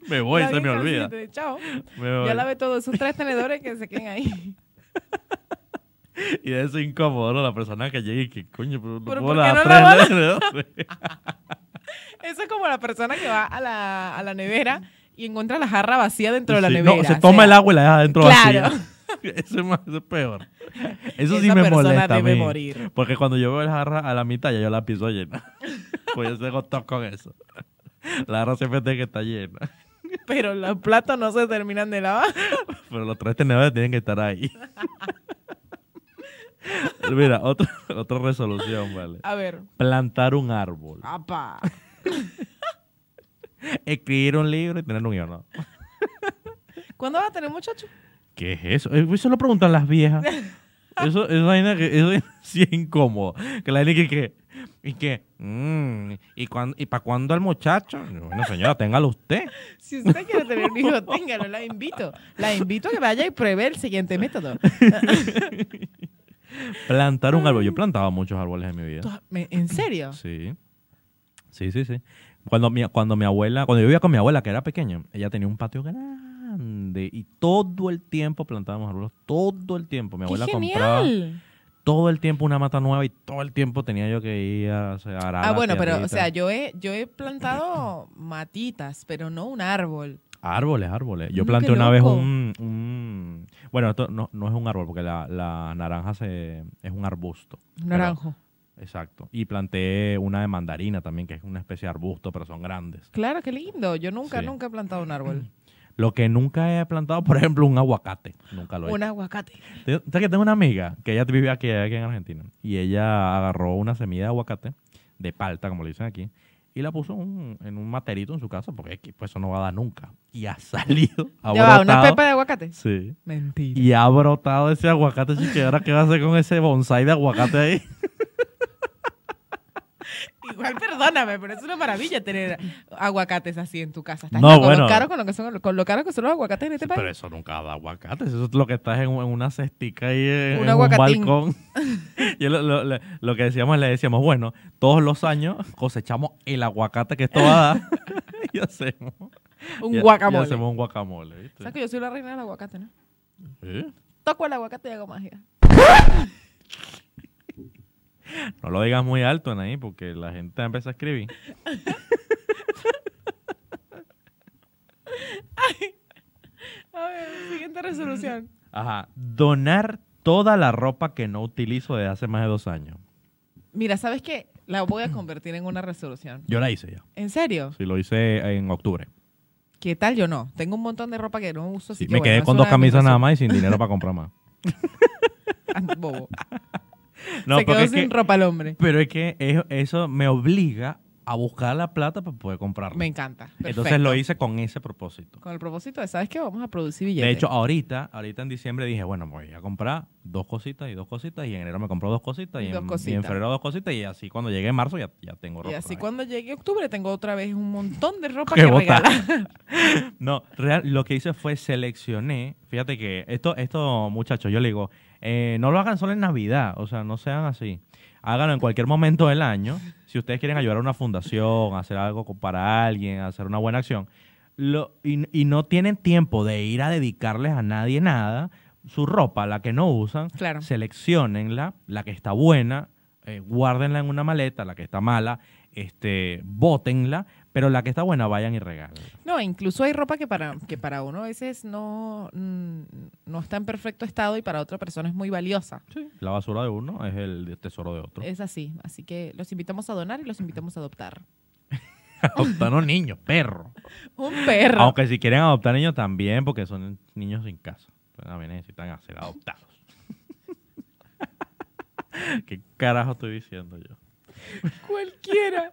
Me voy, Está se me bien, olvida. Carlita, Chao. Me voy. Ya la ve todo. Esos tres tenedores que se queden ahí. Y de eso incómodo, ¿no? La persona que llegue y que, coño, pero no Pero puedo ¿por qué lavar no tres dedos. Eso es como la persona que va a la, a la nevera y encuentra la jarra vacía dentro de la Sí, nevera. No, se toma el agua y la deja adentro Claro. vacía. Eso es, más, eso es peor. Eso Esa sí me persona molesta a debe mí. morir. Porque cuando yo veo la jarra a la mitad, ya yo la piso llena. pues yo tengo top con eso. La jarra siempre tiene que estar llena. Pero los platos no se terminan de lavar. Pero los tres tenedores tienen que estar ahí. Mira, otro- otra resolución, ¿vale? A ver. Plantar un árbol. Apa. Escribir un libro y tener un guión. ¿no? ¿Cuándo vas a tener muchacho? ¿Qué es eso? Eh, Eso lo preguntan las viejas. Eso, eso, vaina que, eso es sí es incómodo. Que la gente que, que, y que, mm, ¿y, cuán- ¿y para cuándo al muchacho? Bueno, señora, téngalo usted. Si usted quiere tener un hijo, téngalo. La invito. La invito a que vaya y pruebe el siguiente método. Plantar un árbol. Yo plantaba muchos árboles en mi vida. Tú has- me- ¿En serio? Sí. Sí, sí, sí. Cuando mi, cuando mi abuela, cuando yo vivía con mi abuela, que era pequeña, ella tenía un patio grande y todo el tiempo plantábamos árboles. Todo el tiempo. Mi abuela ¡Qué compraba genial! todo el tiempo una mata nueva y todo el tiempo tenía yo que ir a, o sea, a arar Ah, la bueno, pero, o tierrita. sea, yo he, yo he plantado matitas, pero no un árbol. Árboles, árboles. Yo Mm, planté qué una vez loco. un, un- Bueno, esto no, no es un árbol porque la, la naranja se, es un arbusto. Un naranjo. Pero- exacto. Y planté una de mandarina también, que es una especie de arbusto, pero son grandes. Claro, qué lindo. Yo nunca, Sí. nunca he plantado un árbol. Lo que nunca he plantado, por ejemplo, un aguacate. Nunca lo he Un aguacate. Te- ¿Sabes que tengo una amiga que ella vive aquí, aquí en Argentina? Y ella agarró una semilla de aguacate, de palta, como le dicen aquí, y la puso un- en un materito en su casa, porque aquí, pues, eso no va a dar nunca. Y ha salido, ha Ya va, una brotado. pepa de aguacate. Sí. Mentira. Y ha brotado ese aguacate, así que ahora qué va a hacer con ese bonsai de aguacate ahí. Igual, perdóname, pero es una maravilla tener aguacates así en tu casa. Estás No, loco, bueno. Lo caro con lo, que son, con lo caro que son los aguacates en este Pero país. eso nunca da aguacates. Eso es lo que estás en, un- en una cestica ahí en, Un en un aguacatín. balcón. Yo lo, lo- lo- lo que decíamos, le decíamos, bueno, todos los años cosechamos el aguacate que esto va a dar y hacemos. Un y ha- y guacamole. hacemos un guacamole, ¿viste? ¿Sabes que yo soy la reina del aguacate, no? ¿Eh? Toco el aguacate y hago magia. No lo digas muy alto, Anaí, porque la gente empieza a escribir. A ver, siguiente resolución. Ajá. Donar toda la ropa que no utilizo desde hace más de dos años. Mira, ¿sabes qué? La voy a convertir en una resolución. Yo la hice ya. ¿En serio? Sí, lo hice en octubre. ¿Qué tal yo no? Tengo un montón de ropa que no uso. así Sí, que me bueno, quedé es con una dos camisas de nada mis más y sin dinero para comprar más. resoluciones. Ah, Bobo. No, Se quedó porque es sin que- ropa el hombre. Pero es que es- eso me obliga a buscar la plata para poder comprarlo. Me encanta. Entonces lo hice con ese propósito. Con el propósito de, ¿sabes qué? Vamos a producir billetes. De hecho, ahorita, ahorita en diciembre dije, bueno, me voy a comprar dos cositas y dos cositas, y en enero me compro dos cositas, y, Y dos en, cositas. y en febrero dos cositas, y así cuando llegue marzo ya, ya tengo ropa. y así otra vez. cuando llegue octubre tengo otra vez un montón de ropa Qué que botada. regalar. No, real, lo que hice fue seleccioné, fíjate que esto, esto muchachos, yo le digo, eh, no lo hagan solo en Navidad, o sea, no sean así. Háganlo en cualquier momento del año. Si ustedes quieren ayudar a una fundación, hacer algo co- para alguien, hacer una buena acción, lo, y, y no tienen tiempo de ir a dedicarles a nadie nada, su ropa, la que no usan, Claro. seleccionenla, la que está buena, eh, guárdenla en una maleta, la que está mala, este, bótenla, pero la que está buena vayan y regálenla. No, incluso hay ropa que para, que para uno a veces no, mm, no está en perfecto estado y para otra persona es muy valiosa. La basura de uno es el tesoro de otro. Es así. Así que los invitamos a donar y los invitamos a adoptar. Adoptar a un niño, perro. Un perro. Aunque si quieren adoptar niños también, porque son niños sin casa. También necesitan ser adoptados. ¿Qué carajo estoy diciendo yo? Cualquiera.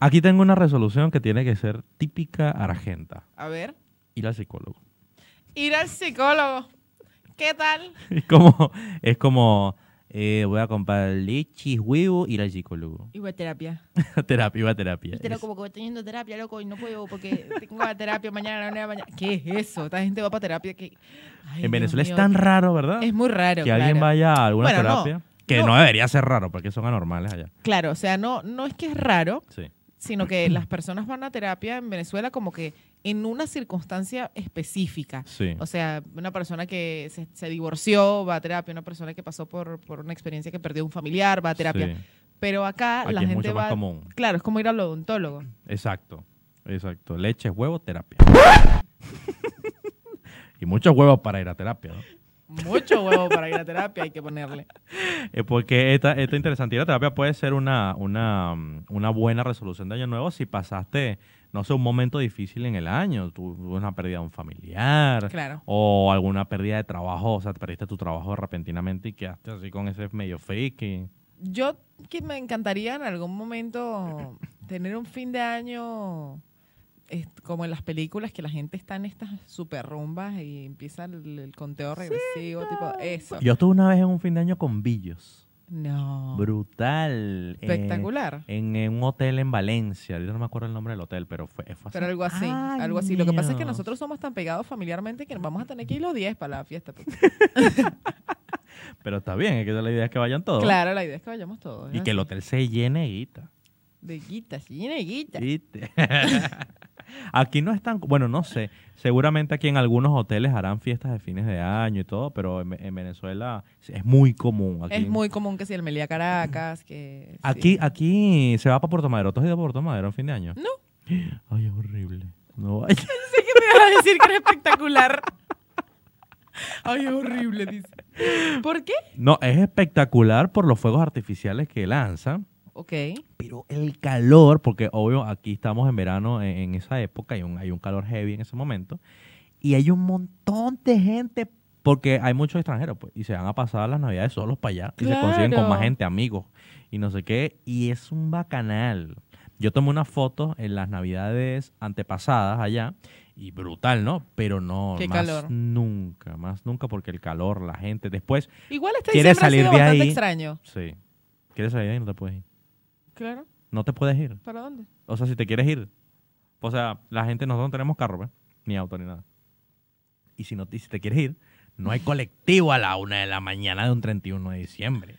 Aquí tengo una resolución que tiene que ser típica argenta. A ver, Ir al psicólogo. ir al psicólogo. ¿Qué tal? Es como, es como eh, voy a comprar leche, huevo, ir al psicólogo. Iba a terapia. terapia, iba a terapia. Y te lo como que voy teniendo terapia, loco, y no puedo porque tengo la terapia mañana a la una de la mañana. ¿Qué es eso? Esta gente va para terapia que... Ay, en Dios Venezuela mío, es tan raro, ¿verdad? Es muy raro, que alguien claro. vaya a alguna Bueno, no, terapia. Que no. no. debería ser raro, porque son anormales allá. Claro, o sea, no, no es que es raro, Sí. sino que las personas van a terapia en Venezuela como que en una circunstancia específica. Sí. O sea, una persona que se, se divorció va a terapia, una persona que pasó por, por una experiencia que perdió un familiar va a terapia. Sí. Pero acá Aquí la es gente mucho va... más común. Claro, es como ir al odontólogo. Exacto. Exacto. Leche, huevo, terapia. y muchos huevos para ir a terapia, ¿no? Mucho huevo para ir a terapia hay que ponerle. Eh, porque esta, esta interesante ir a terapia puede ser una, una, mm, una buena resolución de año nuevo si pasaste, no sé, un momento difícil en el año. Tu- Tuve una pérdida de un familiar Claro. o alguna pérdida de trabajo, o sea, te perdiste tu trabajo repentinamente y quedaste así con ese medio fake. y- Yo que me encantaría en algún momento tener un fin de año es como en las películas que la gente está en estas super rumbas y empieza el, el conteo regresivo, tipo eso. Yo estuve una vez en un fin de año con Billos. No. eh, Brutal. Eh, Oh. Espectacular. en, en un hotel en Valencia. Yo no me acuerdo el nombre del hotel, pero fue, fue hace Pero algo así, algo así. Lo que pasa es que años. nosotros somos tan pegados familiarmente que vamos a tener que ir los 10 para la fiesta. pues. Pero está bien, es que la idea es que vayan todos. Claro, la idea es que vayamos todos. Y es que el así. hotel se llene, guita. De guita, sí, de guita. ¿Viste? aquí no están, bueno, no sé, seguramente aquí en algunos hoteles harán fiestas de fines de año y todo, pero en, en Venezuela es muy común. Aquí, Es muy común que si el Meliá Caracas, que... sí. aquí, aquí se va para Puerto Madero. ¿Tú has ido a Puerto Madero en fin de año? No. Ay, es horrible. No vayas. Pensé que me ibas a decir que era espectacular. Ay, es horrible, dice. ¿Por qué? No, es espectacular por los fuegos artificiales que lanzan. Ok. Pero el calor, porque obvio aquí estamos en verano e, en, en esa época, hay un, hay un calor heavy en ese momento, y hay un montón de gente, porque hay muchos extranjeros, pues, y se van a pasar las navidades solos para allá, y se consiguen con Claro. más gente, amigos, y no sé qué, y es un bacanal. Yo tomé unas fotos en las navidades antepasadas allá, y brutal, ¿no? Pero no, Qué más calor. nunca, más nunca, porque el calor, la gente, después, Igual este ¿Quieres diciembre salir ha sido de bastante ahí? extraño. sí, quieres salir de ahí, no te puedes ir. Claro. No te puedes ir. ¿Para dónde? O sea, si te quieres ir. O sea, la gente, nosotros no tenemos carro, ¿ves? Ni auto, ni nada. Y si, no, y si te quieres ir, no hay colectivo a la una de la mañana de un 31 de diciembre.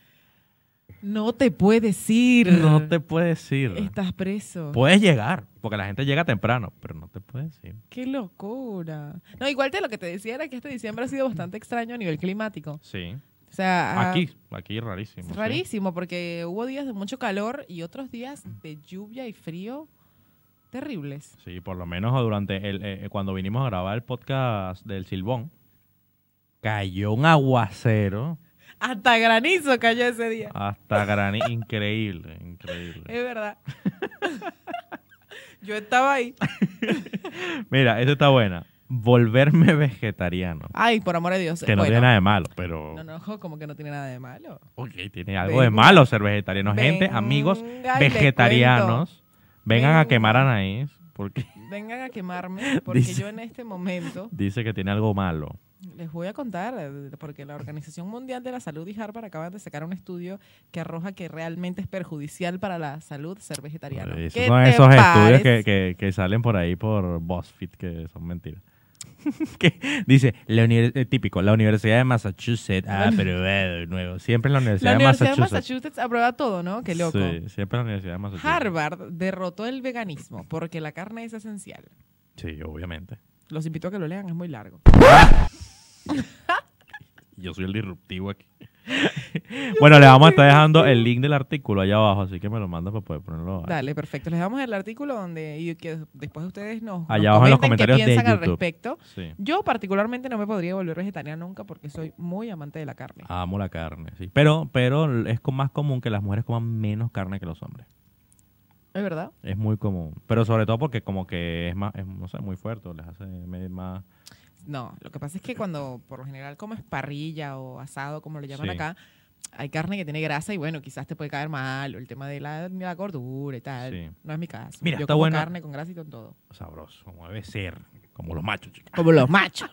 No te puedes ir. No te puedes ir. Estás preso. Puedes llegar, porque la gente llega temprano, pero no te puedes ir. Qué locura. No, igual te lo que te decía era que este diciembre ha sido bastante extraño a nivel climático. Sí. O sea, Aquí, aquí rarísimo. Ah. Es sí. rarísimo porque hubo días de mucho calor y otros días de lluvia y frío terribles. Sí, por lo menos durante el, eh, cuando vinimos a grabar el podcast del Silbón, cayó un aguacero Hasta granizo cayó ese día. hasta gran... increíble, increíble. Es verdad. Yo estaba ahí. Mira, esta está buena. Volverme vegetariano. Ay, por amor de Dios. Que no Bueno, tiene nada de malo, pero... No, no, ojo, como que no tiene nada de malo. Ok, tiene algo Venga. de malo ser vegetariano. Gente, Venga amigos y te vegetariananos, vengan a Venga. quemar a Anaís porque Vengan a quemarme porque Dice- yo en este momento dice que tiene algo malo. les voy a contar, eh, porque la Organización Mundial de la Salud y Harvard acaban de sacar un estudio que arroja que realmente es perjudicial para la salud ser vegetariano. Eh, Esos ¿Qué son te esos estudios que, parece? que- que salen por ahí por BuzzFeed que son mentiras. Que dice, la uni- eh, típico, la Universidad de Massachusetts Ah, ha aprobado nuevo. Siempre la Universidad, La Universidad de Massachusetts. aprueba todo, ¿no? Qué loco. Sí, siempre la Universidad de Massachusetts. Harvard derrotó el veganismo porque la carne es esencial. Sí, obviamente. Los invito a que lo lean, es muy largo. Yo soy el disruptivo aquí. bueno, le vamos a estar dejando el link del artículo allá abajo, así que me lo manda para poder ponerlo. ahí. Dale, perfecto. Les damos el artículo donde y que después ustedes nos, nos Allá abajo en los comenten comentarios de qué piensan al YouTube. respecto. Sí. Yo particularmente no me podría volver vegetariana nunca porque soy muy amante de la carne. Amo la carne, sí. Pero, pero es co- más común que las mujeres coman menos carne que los hombres. ¿Es verdad? Es muy común. Pero sobre todo porque como que es más, es, no sé, muy fuerte, les hace medio más... No, lo que pasa es que cuando por lo general comes parrilla o asado, como lo llaman Sí. acá, hay carne que tiene grasa y bueno, quizás te puede caer mal, o el tema de la, la gordura y tal. Sí. No es mi caso. Mira, Yo está como bueno. carne con grasa y con todo. Sabroso, como debe ser. Como los machos, chicas. Como los machos.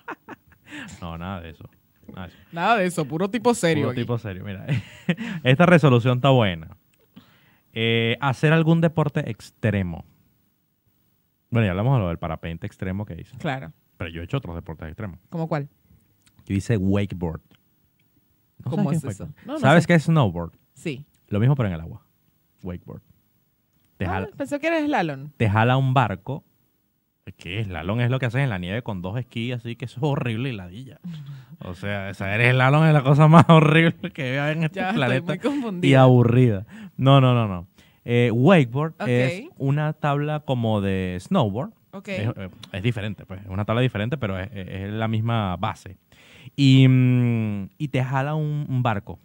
No, nada de eso. Nada de eso. Nada de eso, puro tipo serio. Puro aquí. tipo serio. Mira, esta resolución está buena. Eh, hacer algún deporte extremo. Bueno, ya hablamos de lo del parapente extremo que hice. Claro. Pero yo he hecho otros deportes extremos. ¿Como cuál? Yo hice wakeboard. No ¿Cómo sabes es qué eso? wakeboard. No, no ¿Sabes sé. qué es snowboard? Sí. Lo mismo, pero en el agua. Wakeboard. Te, Ah, jala, pensé que eres slalom. te jala un barco. ¿Qué es? Slalom es lo que haces en la nieve con dos esquís, así que eso es horrible y ladilla. O sea, saber slalom es la cosa más horrible que hay en este Ya estoy planeta muy confundida. y aburrida. No, no, no, no. Eh, wakeboard Ok. es una tabla como de snowboard. Ok. Es, eh, es diferente, pues. Es una tabla diferente, pero es, es- es la misma base. Y, mm, y te jala un, un barco.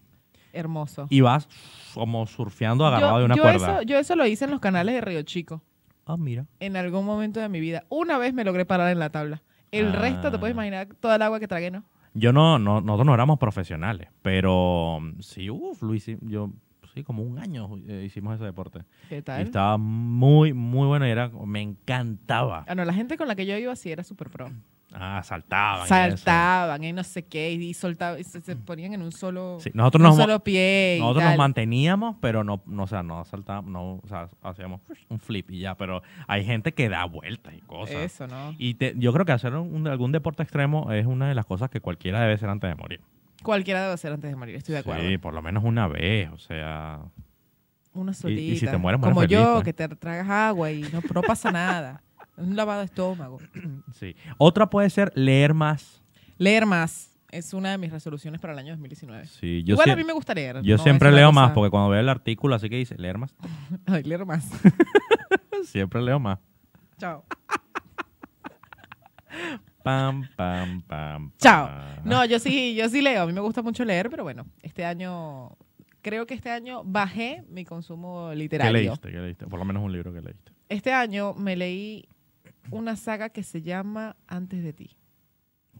Hermoso. Y vas como surfeando agarrado yo, de una yo cuerda. Eso, yo eso lo hice en los canales de Río Chico Ah, mira. en algún momento de mi vida. Una vez me logré parar en la tabla. El Ah. resto, te puedes imaginar toda el agua que tragué, ¿no? Yo no, no, nosotros no éramos profesionales, pero mm, sí, uff, Luis, sí, yo sí, como un año eh, hicimos ese deporte. ¿Qué Y tal? estaba muy, muy bueno y era, me encantaba. Ah, no, la gente con la que yo iba sí era súper pro. Ah, saltaban. y Saltaban y no sé qué y soltaban, y se, se ponían en un solo, eso. Sí, nosotros un nos, solo pie. y Nosotros nos tal. manteníamos, pero no, no, o sea, no saltábamos, no, o sea, hacíamos un flip y ya, pero hay gente que da vueltas y cosas. Eso, ¿no? Y te- yo creo que hacer un- algún deporte extremo es una de las cosas que cualquiera debe hacer antes de morir. Cualquiera debe hacer antes de morir, estoy de acuerdo. Sí, por lo menos una vez, o sea, Una Y- solita. y si te mueres, mueres Como feliz, yo, pues. que te tragas agua y no, no pasa nada. Un lavado de estómago. sí. Otra puede ser leer más. Leer más es una de mis resoluciones para el año 2019. Sí, yo, Igual sie- a mí me gusta leer. yo no siempre es una leo cosa- más, pues. porque cuando veo el artículo así que dice leer más, pues Ay, leer más. siempre leo más. Chao. Pam, pam, pam. Chao. pam. No, yo sí, yo sí leo. A mí me gusta mucho leer, pero bueno, este año, creo que este año bajé mi consumo ¿Qué literario. leíste? ¿Qué leíste? Por lo menos un libro que leíste. Este año me leí una saga que se llama Antes de ti.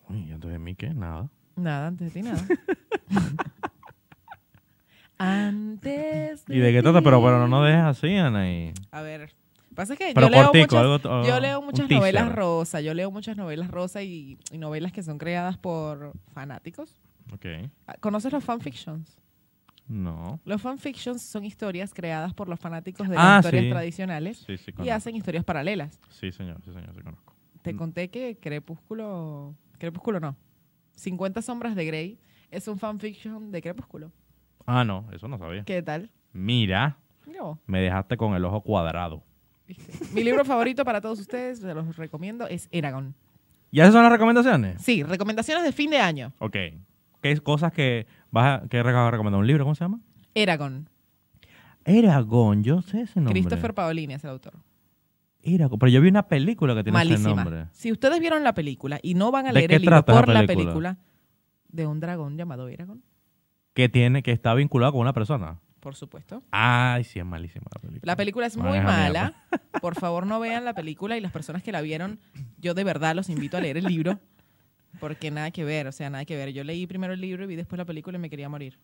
Uy, entonces de mí qué, nada. Nada, antes de ti nada. antes de ¿Y de qué trata? ti. Pero, pero no dejes así, Anaí. A ver, pasa que Pero yo Mm. leo cortico, muchas, algo- algo- yo leo un muchas teaser. novelas rosa, yo leo muchas novelas rosa y, y novelas que son creadas por fanáticos. Ok. Ah, ¿Conoces los fanfictions? No. Los fanfictions son historias creadas por los fanáticos de Ah, las historias sí. tradicionales Sí, sí, y conozco. hacen historias paralelas. Sí, señor, sí, señor, sí conozco. Te Mm. conté que Crepúsculo, Crepúsculo no, 50 sombras de Grey es un fanfiction de Crepúsculo. Ah, no, eso no sabía. ¿Qué tal? Mira, Mira vos. me dejaste con el ojo cuadrado. ¿viste? Mi libro favorito para todos ustedes, se los recomiendo, es Eragon. ¿Ya esas son las recomendaciones? Sí, recomendaciones de fin de año. Ok. ¿Qué es- cosas que vas a, que vas a recomendar? ¿Un libro? ¿Cómo se llama? Eragon. Eragon, yo sé ese nombre. Christopher Paolini es el autor. Eragon. Pero yo vi una película que tiene ese nombre. Malísima. Si ustedes vieron la película y no van a ¿De leer qué el libro trata la por la película? película de un dragón llamado Eragon, Que tiene, que está vinculado con una persona. por supuesto. Ay, sí, es malísima la película. La película es muy Maneja mala. Por favor, no vean la película y las personas que la vieron, yo de verdad los invito a leer el libro. Porque nada que ver, o sea, nada que ver. Yo leí primero el libro y vi después la película y me quería morir.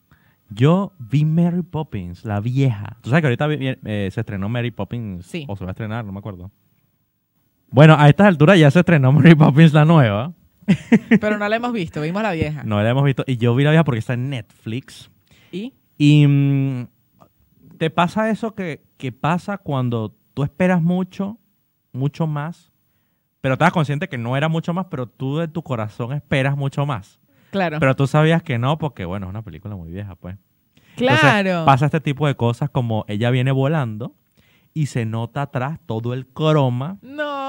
Yo vi Mary Poppins, la vieja. Tú sabes que ahorita vi- vi- eh, se estrenó Mary Poppins. Sí. O se va a estrenar, no me acuerdo. Bueno, a estas alturas ya se estrenó Mary Poppins la nueva. Pero no la hemos visto, vimos la vieja. No la hemos visto. Y yo vi la vieja porque está en Netflix. Y Y mm, te pasa eso que, que pasa cuando tú esperas mucho, mucho más, pero estabas consciente que no era mucho más, pero tú de tu corazón esperas mucho más. claro, Pero tú sabías que no, porque bueno, es una película muy vieja, pues. Entonces, claro. pasa este tipo de cosas como ella viene volando y se nota atrás todo el croma. no.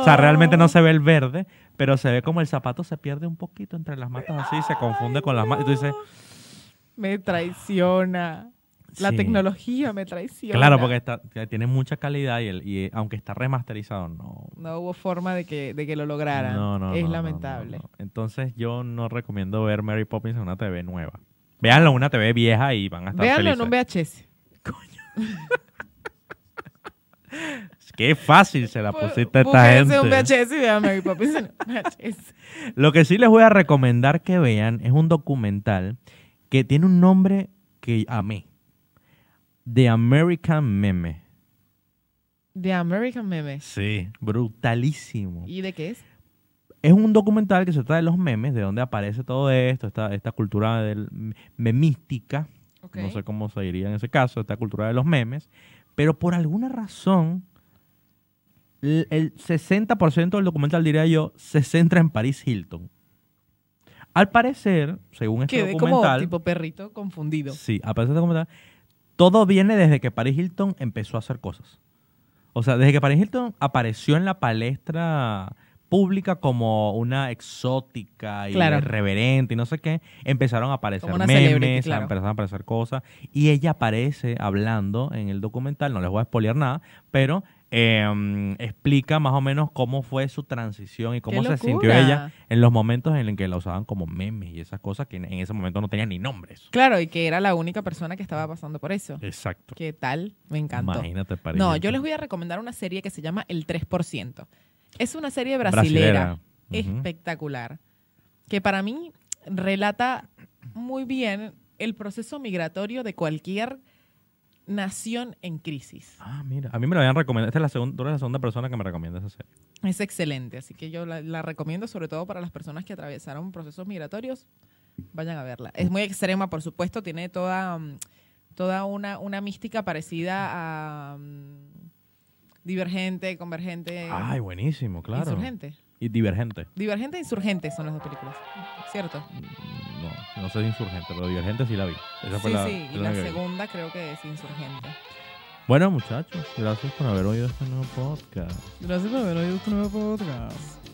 O sea, realmente Oh. no se ve el verde, pero se ve como el zapato se pierde un poquito entre las matas así, se confunde con las matas. Y tú dices, Me traiciona. La sí. tecnología me traiciona. Claro, porque está- tiene mucha calidad y, el- y aunque está remasterizado, no. No hubo forma de que, de que lo lograran. No, no, es no, no, lamentable. no, no. Entonces yo no recomiendo ver Mary Poppins en una TV nueva. Véanlo en una TV vieja y van a estar Véanlo en felices. un VHS. eh. Qué fácil se la Pu- pusiste a esta búsquense gente. eh. un VHS y vean Mary Poppins en un VHS. Lo que sí les voy a recomendar que vean es un documental que tiene un nombre que amé. The American Meme. The American Meme. Sí. Brutalísimo. ¿Y de qué es? Es un documental que se trata de los memes, de donde aparece todo esto, esta, esta cultura del, memística. Okay. No sé cómo se diría en ese caso, esta cultura de los memes. Pero por alguna razón, el, el 60% del documental, diría yo, se centra en Paris Hilton. Al parecer, según este Quedé como documental, tipo perrito confundido. sí, al parecer este documental, todo viene desde que Paris Hilton empezó a hacer cosas. O sea, desde que Paris Hilton apareció en la palestra pública como una exótica y Claro. irreverente y no sé qué, empezaron a aparecer Como una celebrity, memes, claro. empezaron a aparecer cosas y ella aparece hablando en el documental, no les voy a spoilear nada, pero eh, explica más o menos cómo fue su transición y cómo ¡Qué se sintió locura! ella en los momentos en los que la usaban como memes y esas cosas que en en ese momento no tenían ni nombres. Claro, y que era la única persona que estaba pasando por eso. Exacto. ¿Qué tal? Me encantó. Imagínate, Paris No, Hilton. yo les voy a recomendar una serie que se llama El 3%. Es una serie Brasilera. brasilera, Ujú. espectacular, que para mí relata muy bien el proceso migratorio de cualquier nación en crisis. Ah, mira, a mí me lo habían recomendado. Esta es la segunda, tú eres la segunda persona que me recomienda esa serie. Es excelente, así que yo la, la recomiendo sobre todo para las personas que atravesaron procesos migratorios. Vayan a verla. Es muy extrema, por supuesto, tiene toda, mm, toda una, una mística parecida a mm, Divergente, Convergente, Ay, buenísimo, claro. Insurgente. Y divergente. Divergente e Insurgente son las dos películas, ¿cierto? No, no sé si insurgente, pero divergente sí la vi. Esa fue sí, la, sí, y la la que vi. segunda creo que es Insurgente. Bueno, muchachos, gracias por haber oído este nuevo podcast. Gracias por haber oído este nuevo podcast.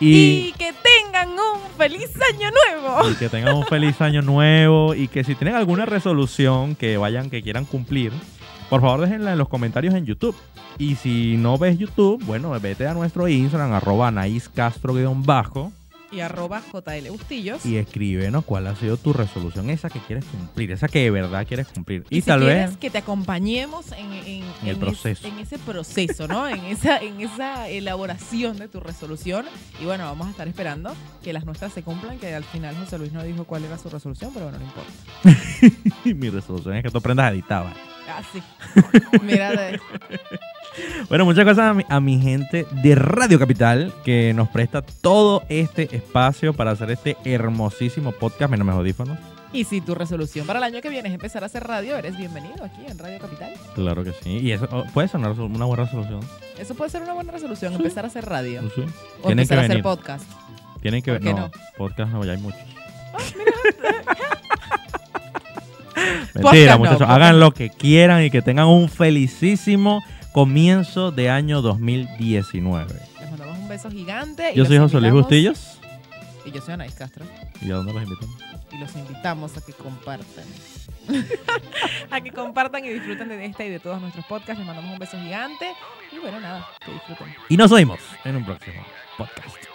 Y, Y que tengan un feliz año nuevo. y que tengan un feliz año nuevo y que si tienen alguna resolución que vayan, que quieran cumplir, por favor déjenla en los comentarios en YouTube. Y si no ves YouTube, bueno, vete a nuestro Instagram, arroba Anaís Castro-bajo. Y arroba JL Bustillos. y escríbenos cuál ha sido tu resolución, esa que quieres cumplir, esa que de verdad quieres cumplir. Y, si tal quieres vez que te acompañemos en, en- En el en es- proceso. en ese proceso, ¿no? en, esa, en esa elaboración de tu resolución. Y bueno, vamos a estar esperando que las nuestras se cumplan, que al final José Luis no dijo cuál era su resolución, pero bueno, no importa. mi resolución es que tú aprendas a editar. ¿vale? Ah, sí. Mira, eh, Bueno, muchas gracias a mi, a mi gente de Radio Capital que nos presta todo este espacio para hacer este hermosísimo podcast, menos mis audífonos. y si tu resolución para el año que viene es empezar a hacer radio, eres bienvenido aquí en Radio Capital. Claro que sí. Y eso oh, puede sonar so- una buena resolución. Eso puede ser una buena resolución, Sí. empezar a hacer radio. No sé. O Tienen que empezar a hacer venir. podcast. Tienen que ¿Por ver. qué No, no? podcast no, ya hay muchos. Podcast Mentira, no, muchachos. podcast hagan no. lo que quieran y que tengan un felicísimo comienzo de año 2019. Les mandamos un beso gigante. y Yo los soy José Luis invitamos- Bustillos. Y yo soy Anaís Castro. ¿Y a dónde los invitamos? Y los invitamos a que compartan. a que compartan y disfruten de esta y de todos nuestros podcasts. Les mandamos un beso gigante. Y bueno, nada, que disfruten. Y nos oímos en un próximo podcast.